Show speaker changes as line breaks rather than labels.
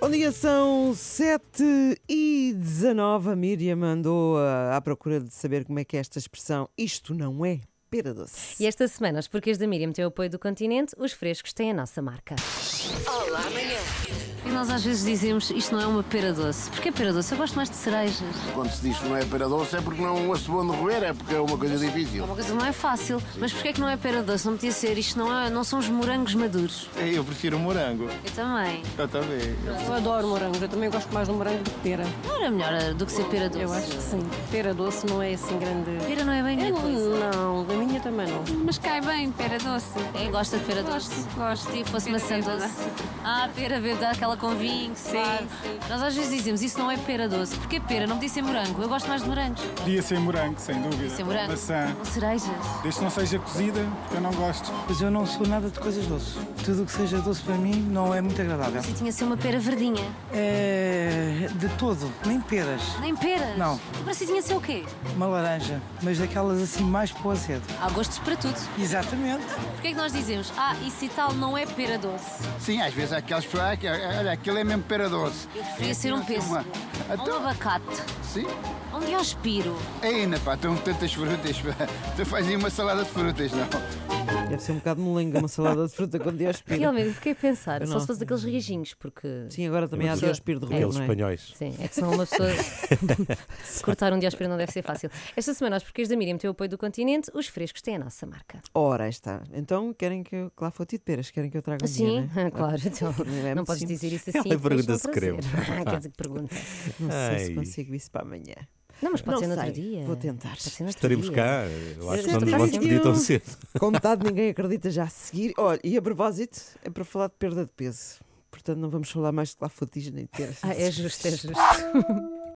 Bom dia, são 7 e 19. A Miriam mandou ah, à procura de saber como é que é esta expressão. Isto não é pera doce.
E esta semana, os porquês da Miriam têm o apoio do continente, os frescos têm a nossa marca.
Olá, amanhã.
E nós às vezes dizemos isto não é uma pera doce. Porquê pera doce? Eu gosto mais de cerejas.
Quando se diz que não é pera doce é porque não se bom de roer, é porque é uma coisa difícil.
Uma coisa que não é fácil. Mas porquê é que não é pera doce? Não podia ser. Isto não, é, não são os morangos maduros.
Eu prefiro morango.
Eu também.
Eu também.
Eu adoro morangos, eu também gosto mais do morango do que pera.
Não era melhor eh, do que ser pera doce.
Eu acho que sim. um Pera doce não é assim grande.
Pera não é bem a minha coisa.
Não, da minha também não.
Mas cai bem, pera doce.
Eu gosto de pera doce.
Gosto, gosto.
Se fosse
Pera
maçã
bêbada.
doce. Ah, pera bebida, aquela com vinho, sim, Nós às vezes dizemos isso não é pera doce. Porquê pera? Não podia ser morango. Eu gosto mais de morangos.
Podia ser morango, sem dúvida.
Ser morango.
Maçã.
Ou cerejas.
Desde que não seja cozida, porque eu não gosto.
Mas eu não sou nada de coisas doces. Tudo o que seja doce para mim não é muito agradável.
Assim tinha de ser uma pera verdinha.
É de todo, nem peras,
Nem peras.
Não.
E Para si tinha de ser o quê?
uma laranja, mas daquelas assim mais para o azedo.
Há gostos para tudo.
Exatamente.
Porquê é que nós dizemos, ah, isso e tal não é pera doce?
Sim, às vezes há aquelas pessoas que, olha, aquilo é mesmo pera doce.
Eu preferia ser um pêssego.
Uma-
Ou um
Então,
abacate. Um
sim. é,
Onde eu aspiro?
Ainda pá, estão tantas frutas. pá. Tu fazes aí uma salada de frutas, não?
Deve ser um bocado molenga, uma salada de fruta com diospiro.
Realmente, fiquei a pensar, só
não
se fosse daqueles reginhos, porque.
Sim, agora também há diospiro de rio,
Aqueles
não é?
espanhóis.
Sim, é que são uma pessoa. Cortar um diaspora não deve ser fácil. Esta semana, os porquês da Miriam têm o apoio do continente, os frescos têm a nossa marca.
Ora, aí está. Então, querem que eu... Lá foi de peras, querem que eu traga um dia,
Sim,
não é?
claro. então,
É
não
muito
podes
simples.
dizer isso
Ela
assim. depois
pergunta
não
se
trazer.
queremos.
Quer dizer que pergunta.
Não sei se
Ai.
consigo isso para amanhã.
Não, mas pode
Não
ser no outro
sei,
dia.
vou tentar.
Pode ser no outro
Estaremos
dia.
cá. Eu acho que
Sim,
não nos
sim.
vão despedir tão
Sim.
cedo.
Com metade ninguém acredita já a seguir. Olha, e a propósito, é para falar de perda de peso. Portanto, não vamos falar mais de clafotismo nem de peras.
Ah, é justo, é justo.